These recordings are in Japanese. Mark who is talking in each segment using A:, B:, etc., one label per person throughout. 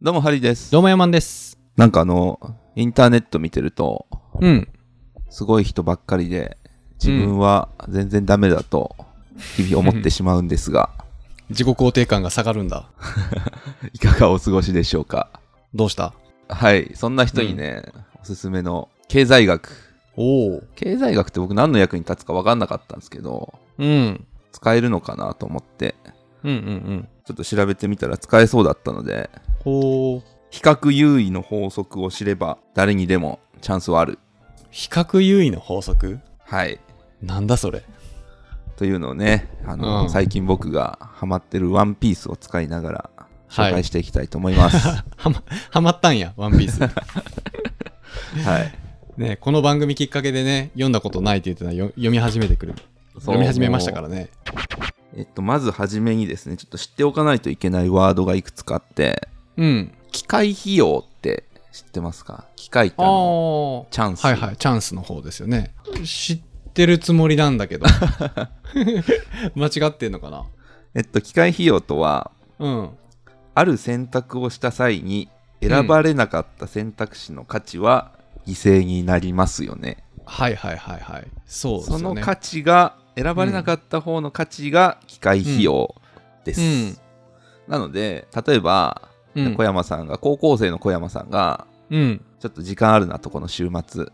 A: どうもハリーです
B: どうもやまんです。
A: なんかあのインターネット見てると
B: うん。
A: すごい人ばっかりで自分は全然ダメだと日々思ってしまうんですが、
B: 自己肯定感が下がるんだ。
A: いかがお過ごしでしょうか
B: どうした
A: はいそんな人にね、おすすめの経済学
B: おお。
A: 経済学って僕何の役に立つか分かんなかったんですけど
B: うん。うん
A: 使えるのかなと思って
B: うんうん。
A: ちょっと調べてみたら使えそうだったので
B: ほう。
A: 比較優位の法則を知れば誰にでもチャンスはある
B: 比較優位の法則
A: はい
B: なんだそれ。
A: というのをねあの、
B: うん
A: 最近僕がハマってるワンピースを使いながら
B: はい
A: 紹介していきたいと思い ます。は
B: はま、はまったんや、ワンピ ース。
A: い、
B: ねこの番組きっかけでね、読んだことないって言ってたらよ読み始めてくる。読み始めましたから
A: も
B: ね。
A: う。えっと、まずはじめにですね、ちょっと知っておかないといけないワードがいくつかあって、
B: うん。
A: 機械費用って知ってますか機械って
B: あ
A: あの
B: あ。
A: チャンス。
B: はいはい、チャンスの方ですよね。知ってるつもりなん だけど。間違ってんのかな
A: えっと、機械費用とは、
B: うん。
A: ある選択をした際に選ばれなかった選択肢の価値は犠牲になりますよね。
B: はいはいはいはい。そうです
A: そ
B: よね。
A: の価値が選ばれなかった方の価値が機械費用です、
B: うん
A: なので例えば、
B: うん
A: 小山さんが高校生の小山さんが
B: うん。
A: ちょっと時間あるなとこの週末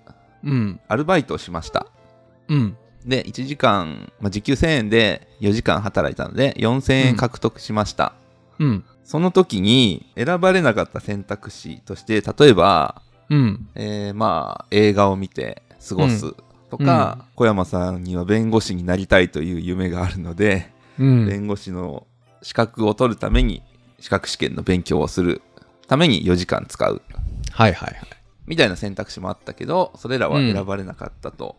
B: うん。
A: アルバイトをしました
B: うん。
A: で1時間、まあ、時給1000円で4時間働いたので4000
B: う
A: 円
B: ん
A: 獲得しました、
B: うん。
A: その時に選ばれなかった選択肢として例えば、
B: うん。
A: えーまあ映画を見て過ごすとか、小山さんには弁護士になりたいという夢があるので
B: うん。
A: 弁護士の資格を取るために資格試験の勉強をするために4時間使う
B: はいはいはい。
A: みたいな選択肢もあったけどそれらは選ばれなかったと、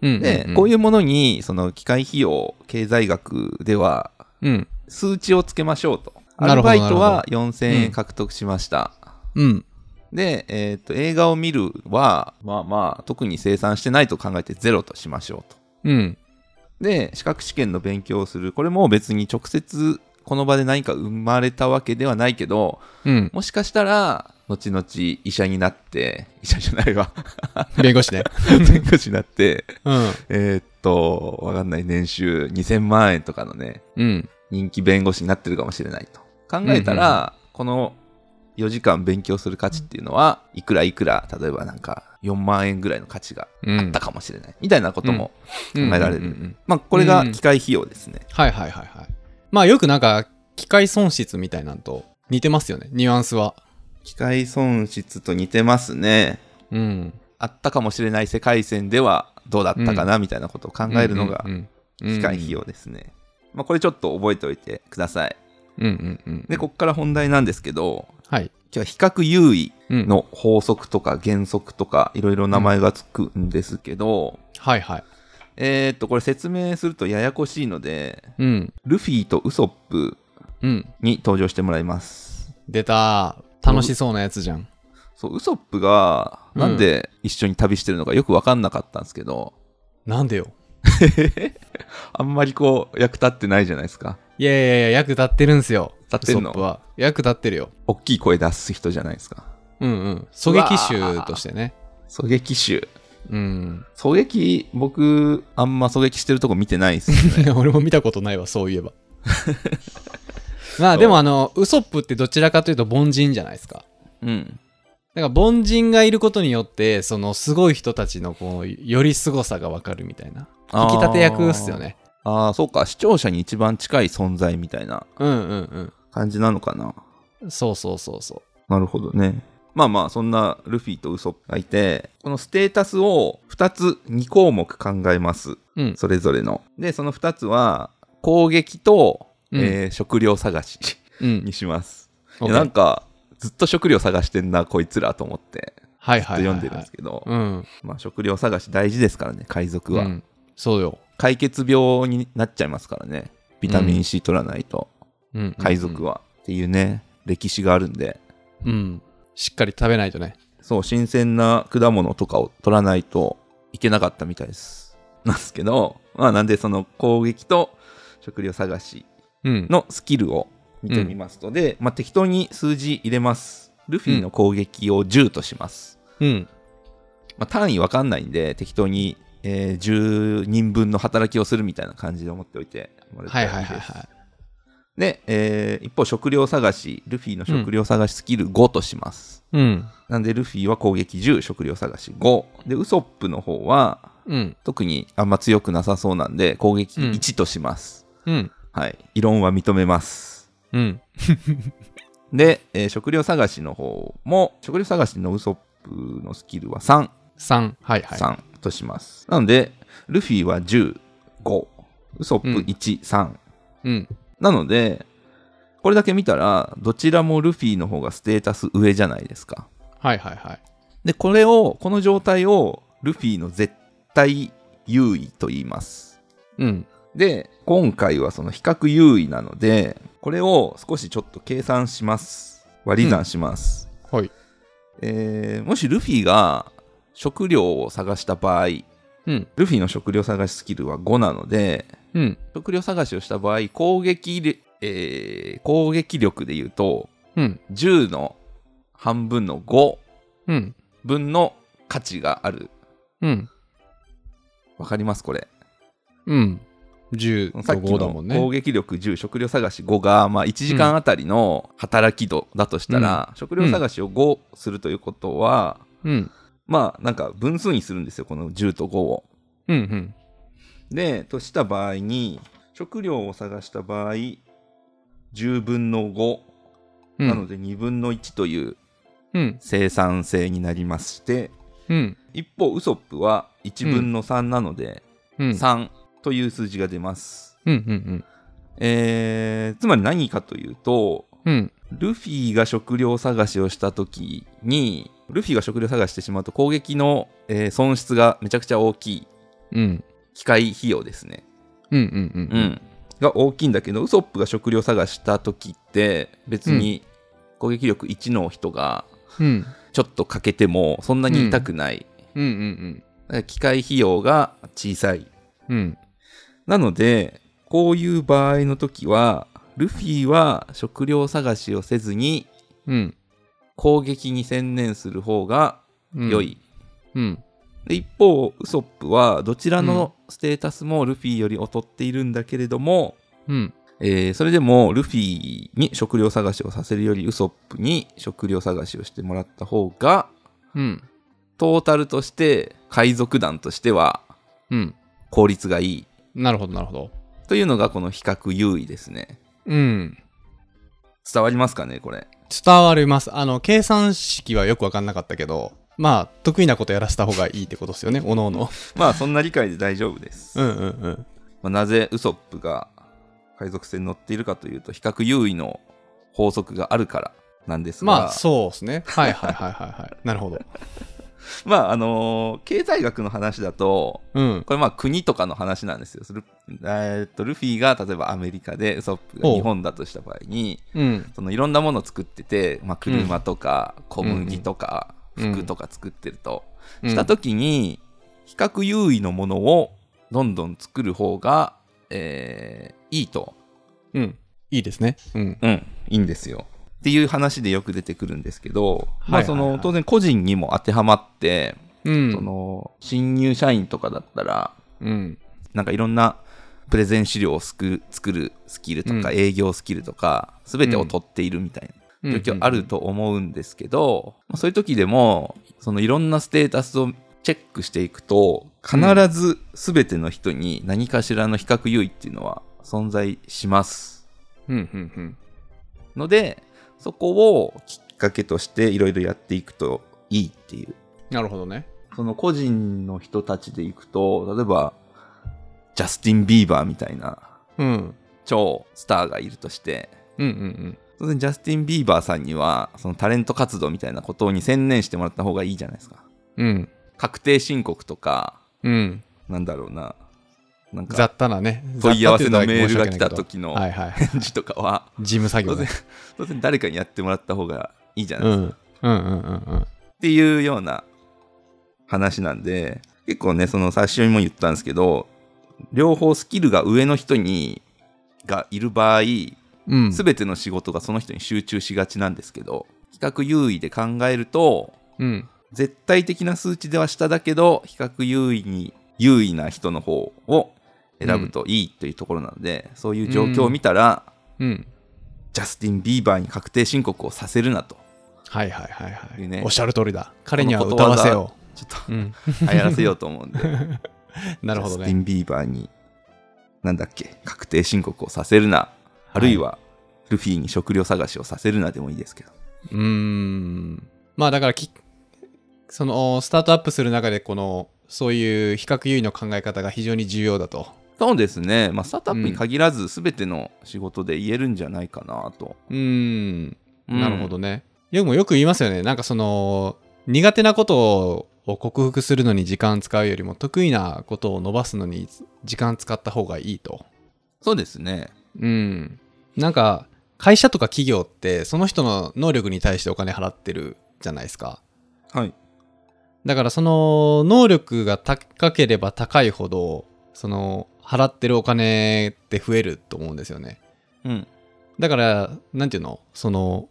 B: うん。
A: で、こう
B: い
A: いうものにその機械費用経済学では
B: うん。うん。
A: 数値をつけましょうとア
B: な
A: ル
B: るほど
A: バイト
B: な
A: は4000
B: う
A: 円
B: ん
A: 獲得しました、
B: うん。
A: で、えーと映画を見るはまあまあ特に生産してないと考えてゼロとしましょうと
B: うん。
A: で資格試験の勉強をするこれも別に直接この場で何か生まれたわけではないけど
B: うん。
A: もしかしたら後々医者になって医者じゃないわ
B: 弁護士ね。
A: 弁護士になって
B: うん。
A: えーっとわかんない年収2000万円とかのね
B: うん。
A: 人気弁護士になってるかもしれないと考えたら、この4時間勉強する価値っていうのはいくらいくら例えばなんか4万円ぐらいの価値が
B: うん。
A: あったかもしれない、みたいなことも、
B: 考
A: 考えられる
B: る。
A: まあこれが機械費用ですね、
B: はいはいはいはい。まあよくなんか、機械損失みたいなんと似てますよね。ニュアンスは。
A: 機械損失と似てますね。
B: うん。
A: あったかもしれない世界線ではどうだったかな、みたいなことを考えるのが機
B: 機
A: 械費。用ですね。まあ、これちょっと覚えておいてください。
B: うんうんうん。
A: で、ここから本題なんですけど、
B: はい。
A: 今日は比較優位
B: うん。
A: の法則とか原則とかいろいろ名前がつくんですけど、
B: はいはい。
A: えーっと、これ説明するとややこしいので、
B: うん。
A: ルフィとウソップ
B: うん。
A: に登場してもらいます。
B: 出た。楽しそうなやつじゃん。
A: そう、ウソップがなんで一緒に旅してるのかよくわかんなかったんですけど、
B: なんでよ。
A: あんまりこう役立ってないじゃないですか。
B: いやいやいや、役立ってるんすよ。
A: 立ってんの
B: ウソップは役立ってるよ。
A: 大きい声出す人じゃないですか。
B: うんうん。狙撃手としてね。
A: 狙撃手。
B: うん。
A: 狙撃、僕、あんま狙撃してるとこ見てないです よね。
B: 俺も見たことないわ、そういえば。 ま
A: そ
B: あ
A: う
B: でもあの、ウソップってどちらかというと凡人じゃないですか。
A: うん。
B: だから凡人がいることによって、そのすごい人たちのこう、より凄さがわかるみたいな。
A: あ
B: 引
A: ー
B: き立て役っすよね。
A: ああ、そうか。視聴者に一番近い存在みたいな
B: うんうん
A: 感じなのかな。
B: うん。そうそうそうそ
A: なるほどね。まあまあ、そんなルフィとウソップがいて、このステータスを2つ、2項目考えます。
B: う。うん。
A: それぞれの。で、その2つは、攻撃と、
B: うん
A: えー食料探 し
B: うん。
A: にします。い
B: オッケ
A: やなん
B: ー
A: かずっと食料探してんなこいつらと思って
B: はい
A: ずっと
B: はいはい
A: 読
B: はい。
A: んでるんですけど、
B: うん。
A: まあ、食料探し大事ですからね海賊は、
B: うん。そうよ。
A: 解決病になっちゃいますからねビタミン C 取らないと、
B: うんうん。
A: 海賊は、っていうね歴史があるんで
B: うん。しっかり食べないとね。
A: そう新鮮な果物とかを取らないといけなかったみたいですなんですけどまあなんでその攻撃と食料探し
B: うん。
A: のスキルを見てみますと、で、まあ、適当に数字入れます。ルフィの攻撃を10とします。
B: うん。
A: まあ、単位わかんないんで、適当に、えー10人分の働きをするみたいな感じで思っておいてもらえた
B: は
A: ら
B: いはいはい
A: です
B: はい。
A: で、えー一方、食料探し、ルフィの食料探しスキル5とします。
B: うん。
A: なんで、ルフィは攻撃10、食料探し5。で、ウソップの方は、
B: うん。
A: 特にあんま強くなさそうなんで、攻撃
B: うん
A: 1とします。
B: うん。
A: はい。異論は認めます。
B: うん。
A: で、えー食料探しの方も、食料探しのウソップのスキルは3、
B: 3。はいはい。
A: 3とします。なので、ルフィは10、5、ウソップ1、3。
B: うん。
A: なので、これだけ見たら、どちらもルフィの方がステータス上じゃないですか。
B: はいはいはい。
A: で、これを、この状態を、ルフィの絶対優位と言います。
B: うん。
A: で、今回はその比較優位なので、これを少しちょっと計算します。割り算します。
B: はい。
A: えーもしルフィが食料を探した場合、
B: うん。
A: ルフィの食料探しスキルは5なので、
B: うん。
A: 食料探しをした場合、攻撃力、えー攻撃力で言うと、
B: うん。
A: 10の半分の5
B: うん。
A: 分の価値がある。
B: うん。
A: わかりますこれ。
B: うん。10と
A: さっき
B: 5だも
A: の
B: ん
A: 攻
B: ね。
A: 撃力10、食料探し5が、まあ、1時間あたりの働き度だとしたら、食料探しを5するということは、
B: うん。
A: まあ、なんか分数にするんですよ、この10と5を。
B: うん。うん。
A: で、とした場合に、食料を探した場合、10分の5、
B: うん。
A: なので2分の1という
B: うん。
A: 生産性になりまして、
B: うん。
A: 一方、ウソップは1分の3なので、
B: うん。
A: 3という数字が出ます。
B: うん。うん。
A: えー、つまり何かというと、
B: うん。
A: ルフィが食料探しをした時に、ルフィが食料探してしまうと攻撃の、えー損失がめちゃくちゃ大きい。
B: うん。
A: 機械費用ですね。
B: うん。うん。うん。
A: うん。が大きいんだけど、ウソップが食料探した時って、別に攻撃力1の人が
B: うん。
A: ちょっと欠けても、そんなに痛くない。
B: うん。うん。
A: だから機械費用が小さい。
B: うん。
A: なので、こういう場合の時は、ルフィは食料探しをせずに、
B: うん。
A: 攻撃に専念する方が
B: うん。
A: 良。い。
B: うん。
A: で一方、ウソップはどちらのステータスもルフィより劣っているんだけれども、
B: うん。
A: えーそれでもルフィに食料探しをさせるよりウソップに食料探しをしてもらった方が、
B: うん。
A: トータルとして海賊団としては
B: うん。
A: 効率がいい。
B: なるほど、なるほど。
A: というのがこの比較優位ですね。
B: うん。
A: 伝わりますかね、これ。
B: 伝わります。あの、計算式はよくわかんなかったけど、まあ、得意なことやらせた方がいいってことですよね、おのおの。
A: まあ、そんな理解で大丈夫です。
B: うんうんうん。
A: まあなぜウソップが海賊船に乗っているかというと、比較優位の法則があるからなんですが、
B: まあ、そうですね。はいはいはいはいはい。 なるほど。
A: まあ、あのー経済学の話だと、
B: うん。
A: これまあ国とかの話なんですよ。ル,、えーっとルフィが例えばアメリカでウソップが
B: おう
A: 日本だとした場合に
B: うん。
A: そのいろんなものを作ってて、まあ、車とか小麦とか
B: うん
A: 服とか作ってると、
B: うん
A: した時に比較優位のものをどんどん作る方が、えーいいと、
B: うん。いいですね。うん。
A: うん、いいんですよ。っていう話でよく出てくるんですけど、まあ
B: はいはいはい
A: その当然個人にも当てはまって、
B: う
A: そ
B: ん。
A: の新入社員とかだったら
B: うん。
A: なんかいろんなプレゼン資料をすく作るスキルとか
B: うん
A: 営業スキルとか全てを取っているみたいな状況あると思うんですけど、まあそういう時でもそのいろんなステータスをチェックしていくと必ず全ての人に何かしらの比較優位っていうのは存在します
B: うんうんうん。
A: のでそこをきっかけとしていろいろやっていくといいっていう
B: なるほどね。
A: その個人の人たちでいくと例えばジャスティン・ビーバーみたいな
B: うん。
A: 超スターがいるとして
B: うんうん
A: 当然ジャスティン・ビーバーさんにはそのタレント活動みたいなことに専念してもらった方がいいじゃないですか
B: うん。うん。
A: 確定申告とか
B: うん。
A: なんだろうななんか
B: 雑多なね。
A: 問い合わせのメールが
B: 雑
A: 来
B: 多ったて言うと申し訳ないけど
A: 時の
B: はいはい。
A: 返事とかは
B: 事務作業ね。
A: 当然誰かにやってもらった方がいいじゃな
B: う
A: い
B: ん。
A: ですか、
B: うんうんうん
A: っていうような話なんで結構ねその最初にも言ったんですけど両方スキルが上の人にがいる場合
B: うん。
A: 全ての仕事がその人に集中しがちなんですけど比較優位で考えると
B: うん。
A: 絶対的な数値では下だけど比較優位に優位な人の方を選ぶといいというところなので、そういう状況を見たら、
B: うん。
A: ジャスティン・ビーバーに確定申告をさせるなと
B: はいはいはいはい。
A: いうね
B: おっしゃる通りだ。彼には歌わせよ
A: ちょっ
B: う。うん。
A: と流行らせようと思うんで
B: なるほど
A: ジャスティ
B: ね。
A: ン・ビーバーに、なんだっけ、確定申告をさせるな、あるいは、ルフィに食料探しをさせるなでもいいですけど。
B: うーん。まあだからき、その、スタートアップする中で、この、そういう比較優位の考え方が非常に重要だと。
A: そうですね、まあ、スタートアップに限らず、すべての仕事で言えるんじゃないかなと。
B: うーん。
A: うん
B: なるほどね。よくもよく言いますよね。なんかその、苦手なことを克服するのに時間使うよりも、得意なことを伸ばすのに時間使った方がいいと。
A: そうですね。
B: うん。なんか、会社とか企業って、その人の能力に対してお金払ってるじゃないですか。
A: はい。
B: だからその能力が高ければ高いほどその払ってるお金って増えると思うんですよね
A: うん。
B: だからなんていうのその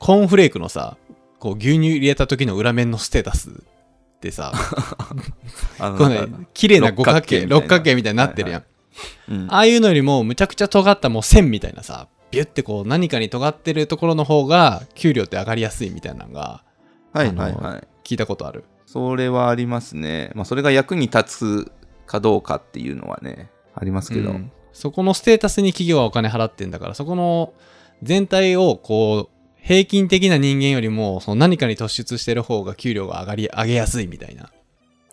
B: コーンフレークのさこう牛乳入れた時の裏面のステータスって さ
A: あ
B: こうね
A: なんか
B: 綺麗な五角形六
A: 六
B: 角
A: 角
B: 形
A: 形
B: み
A: み
B: た
A: た
B: い
A: い
B: に
A: な
B: なってるやん、
A: うん
B: ああいうのよりもむちゃくちゃ尖ったもう線みたいなさビュッてこう何かに尖ってるところの方が給料って上がりやすいみたいなのが
A: はい
B: あの
A: はいはい。
B: 聞いたことある
A: それはありますね。まあ、それが役に立つかどうかっていうのはね、ありますけど。
B: うんそこのステータスに企業はお金払ってんだからそこの全体をこう平均的な人間よりもその何かに突出してる方が給料が上がり上げやすいみたいな、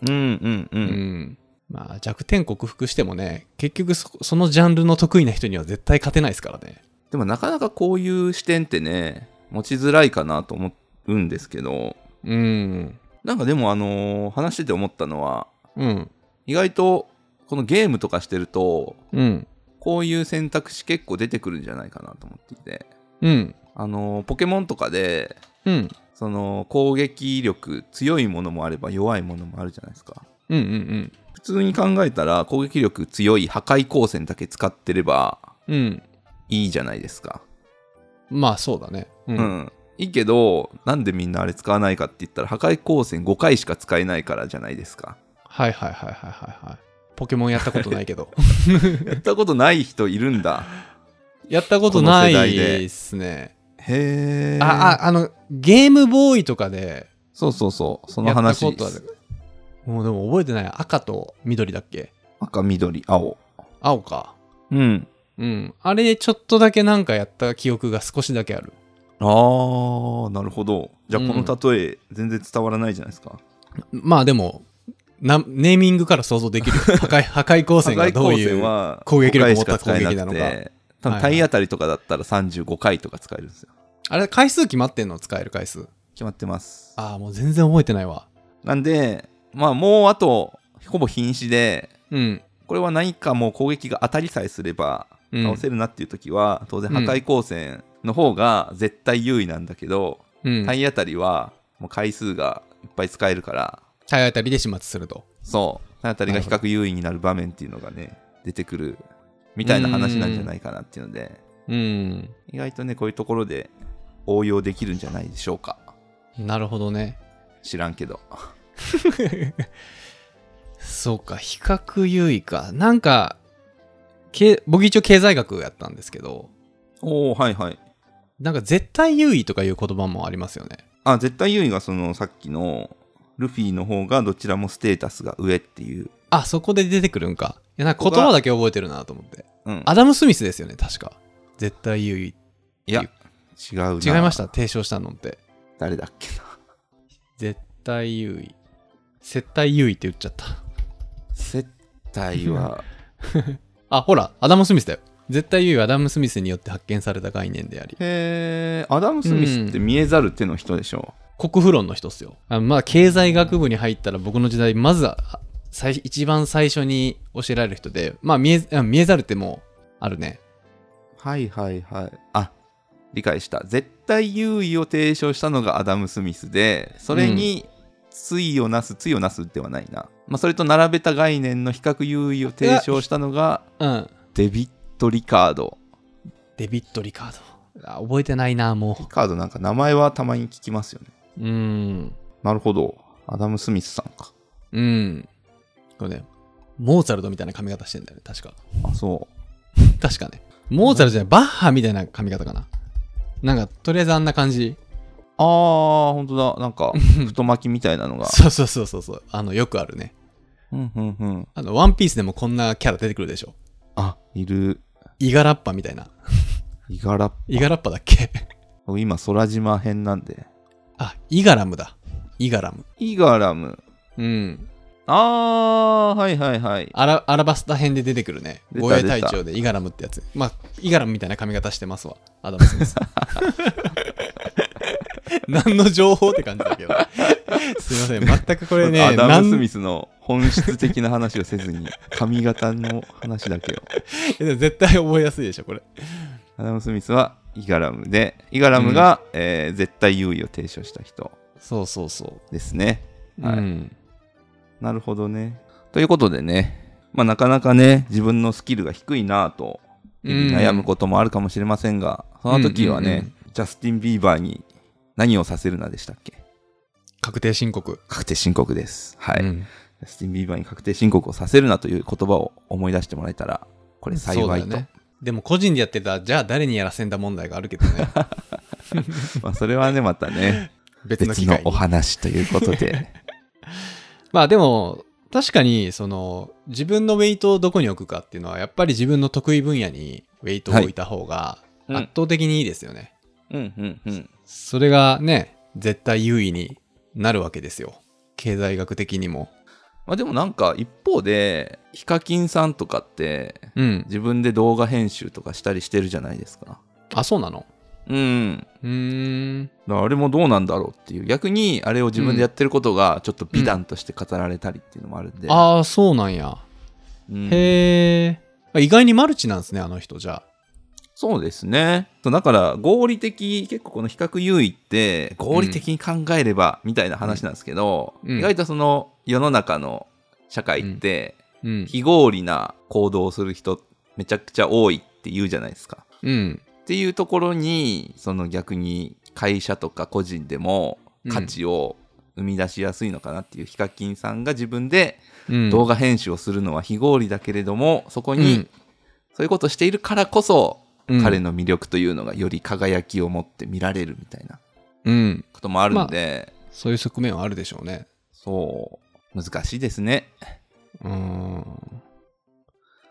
A: うん、うん、う
B: うん
A: ん。
B: まあ、弱点克服してもね結局そそのジャンルの得意な人には絶対勝てないですからね
A: でもなかなかこういう視点ってね、持ちづらいかなと思うんですけど、
B: うん
A: なんかでもあのー話してて思ったのは、
B: うん
A: 意外とこのゲームとかしてると、
B: うん
A: こういう選択肢結構出てくるんじゃないかなと思っていて、
B: うん
A: あのーポケモンとかで、
B: うん
A: その攻撃力強いものもあれば弱いものもあるじゃないですか。
B: うんうん
A: 普通に考えたら攻撃力強い破壊光線だけ使ってれば
B: うんうん
A: いいじゃないですか。
B: まあそうだねうん、
A: うん。いいけど、なんでみんなあれ使わないかって言ったら破壊光線5回しか使えないからじゃないですか。
B: はいはいはいはいはいはいポケモンやったことない けど
A: やったことない人いるん だ。
B: やったことないですね
A: へえ。
B: あ、あ、あの、ゲームボーイとかで、
A: そうそうそう、そ
B: こ
A: の話で
B: とあ
A: す。
B: る。もうでも覚えてない。赤と緑だっけ
A: 赤、緑、青。
B: 青か。
A: うん。
B: うん。あれ、ちょっとだけなんかやった記憶が少しだけある。
A: あー、なるほど。じゃあ、
B: うん
A: この例え、全然伝わらないじゃないですか。
B: まあでも、なネーミングから想像でき る。破壊、破壊光線がどういう。
A: は
B: 攻撃力を持った
A: 5回しか使えなくて
B: 攻撃なの
A: 多
B: は
A: 分
B: いはい
A: 体当たりとかだったら35回とか使えるんですよ。
B: あれ、回数決まってんの使える回数。
A: 決まってます。
B: ああ、もう全然覚えてないわ。
A: なんで、まあ、もうあと、ほぼ瀕死で、
B: うん。
A: これは何かもう攻撃が当たりさえすれば
B: うん
A: 倒せるなっていう時は、当然破壊光線の方が絶対優位なんだけど、
B: うん。体
A: 体当たりはもう回数がいっぱい使えるから
B: 当たりで始末すると。
A: そう体当たりが比較優位になる場面っていうのがね出てくるみたいな話なんじゃないかなっていうので
B: うん。
A: 意外とねこういうところで応用できるんじゃないでしょうか
B: なるほどね。
A: 知らんけど
B: そうか、比較優位か。なんか、け僕一応経済学やったんですけど、
A: おおはいはい
B: なんか絶対優位とかいう言葉もありますよね。
A: あ絶対優位がそのさっきのルフィの方がどちらもステータスが上っていう、
B: あ、そこで出てくるんか。いや、なんか言
A: ここ
B: 葉
A: が
B: だけ覚えてるなと思って。
A: うん、
B: アダム・スミスですよね、確か。絶対優位。
A: いや違うな
B: 違いました、提唱したのって。
A: 誰だっけな
B: 絶対優位。絶対優位って言っちゃった。
A: 接待は
B: あ、ほら、アダム・スミスだよ。絶対優位はアダム・スミスによって発見された概念であり。
A: へえアダム・スミスって見えざる手の人でしょ、
B: 国富論の人っすよあまあ経済学部に入ったら僕の時代まずは最一番最初に教えられる人でまあ見えあ見えざるってもうあるね
A: はいはいはい。あ理解した。絶対優位を提唱したのがアダム・スミスで、それに対をなす、対をなすではないな。まあ、それと並べた概念の比較優位を提唱したのが
B: うん
A: デビッド・リカード。
B: デビットリカード。あ覚えてないな、も
A: カードなんか名前はたまに聞きますよね。
B: う。うーん。
A: なるほど。アダム・スミスさんか。
B: うん。これね、モーツァルトみたいな髪型してんだよね、確か。
A: あ、そう。
B: 確かね。モーツァルトじゃない、バッハみたいな髪型かな。なんか、とりあえずあんな感じ。
A: あー、ほんとだ。なん か、太巻きみたいなのが。
B: そうそうそうそうそう。あの、よくあるね。
A: うんうんうん。
B: あの、ワンピースでもこんなキャラ出てくるでしょ。
A: あ、いる。
B: イガラッパみたいな。
A: イガラッ
B: イガラッパだっけ
A: プ。今、空島編なんで。
B: あ、イガラムだ。イガラム。
A: イガラム。
B: うん。
A: あー、はいはいはい。
B: アラアラバスタ編で出てくるね。
A: 出た
B: 護衛隊長でイガラムってやつ。まあ、イガラムみたいな髪型してますわ。アダムス ミス。何の情報って感じだけど。すいません。全くこれね、
A: アダム・ス
B: なん
A: ミスの本質的な話をせずに、髪型の話だけを。
B: 絶対覚えやすいでしょ、これ。
A: アダム・スミスはイガラムで、イガラムが、えー絶対優位を提唱した人
B: そうそうそ
A: ですね。
B: う。
A: はい
B: うん。
A: なるほどね。ということでね、まあ、なかなかね、自分のスキルが低いなぁと、
B: うん
A: 悩むこともあるかもしれませんが、その時はね、
B: うんうん
A: ジャスティン・ビーバーに何をさせるなでしたっけ
B: 確定申告。
A: 確定申告です。はい。
B: う
A: ジ
B: ん
A: ャスティン・ビーバーに確定申告をさせるなという言葉を思い出してもらえたら、これ幸
B: そうだ
A: い
B: よ
A: と。
B: ね。でも個人でやってたら、じゃあ誰にやらせんだ問題があるけど ね。
A: まあ、それはね、またね、
B: 別の
A: 別
B: 機
A: の
B: 会に
A: お話ということ で。
B: まあでも、確かに、その、自分のウェイトをどこに置くかっていうのは、やっぱり自分の得意分野にウェイトを置いた方が、
A: うん
B: 圧倒的にいいですよね。
A: うんうんうん。
B: それがね、絶対優位になるわけですよ。経済学的にも。
A: まあ、でもなんか一方で、ヒカキンさんとかって、
B: うん。
A: 自分で動画編集とかしたりしてるじゃないですか。
B: あ、そうなの
A: うん。
B: うーん。
A: だからあれもどうなんだろうっていう。逆にあれを自分でやってることがちょっと美談として語られたりっていうのもあるんで。
B: ああ、そうなんや。
A: うん
B: へえ。意外にマルチなんですね、あの人じゃあ。
A: そうですね。そうだから合理的、結構この比較優位って合理的に考えればみたいな話なんですけど、
B: うん
A: 意外とその世の中の社会って
B: うん。
A: 非合理な行動をする人めちゃくちゃ多いって言うじゃないですか。
B: うん。
A: っていうところにその逆に会社とか個人でも価値を生み出しやすいのかなっていうヒカキンさんが自分で
B: うん、
A: 動画編集をするのは非合理だけれどもそこ
B: う
A: に
B: ん
A: そういうことをしているからこそ
B: うん
A: 彼の魅力というのがより輝きを持って見られるみたいな
B: うん。
A: こともあるんで、
B: そういう側面はあるでしょうね。
A: そう難しいですね。
B: うーん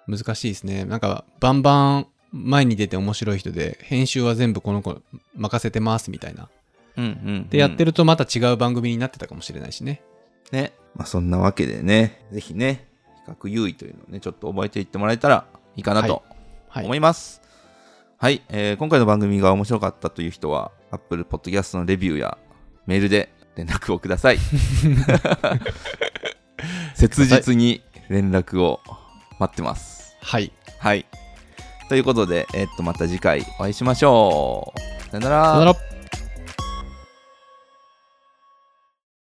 B: 難しいですね。なんか、バンバン前に出て面白い人で、編集は全部この子任せてますみたいな。
A: うんうんうん
B: で、やってるとまた違う番組になってたかもしれないしね。
A: ね。まあそんなわけでねぜひね比較優位というのをねちょっと覚えていってもらえたらいいかなと
B: はい。
A: 思います。はい、えー今回の番組が面白かったという人は、Apple Podcast のレビューやメールで連絡をくだ さい。切実に連絡を待ってます。
B: はい。
A: はい。ということで、えーっと、また次回お会いしましょう。さよなら
B: さよなら。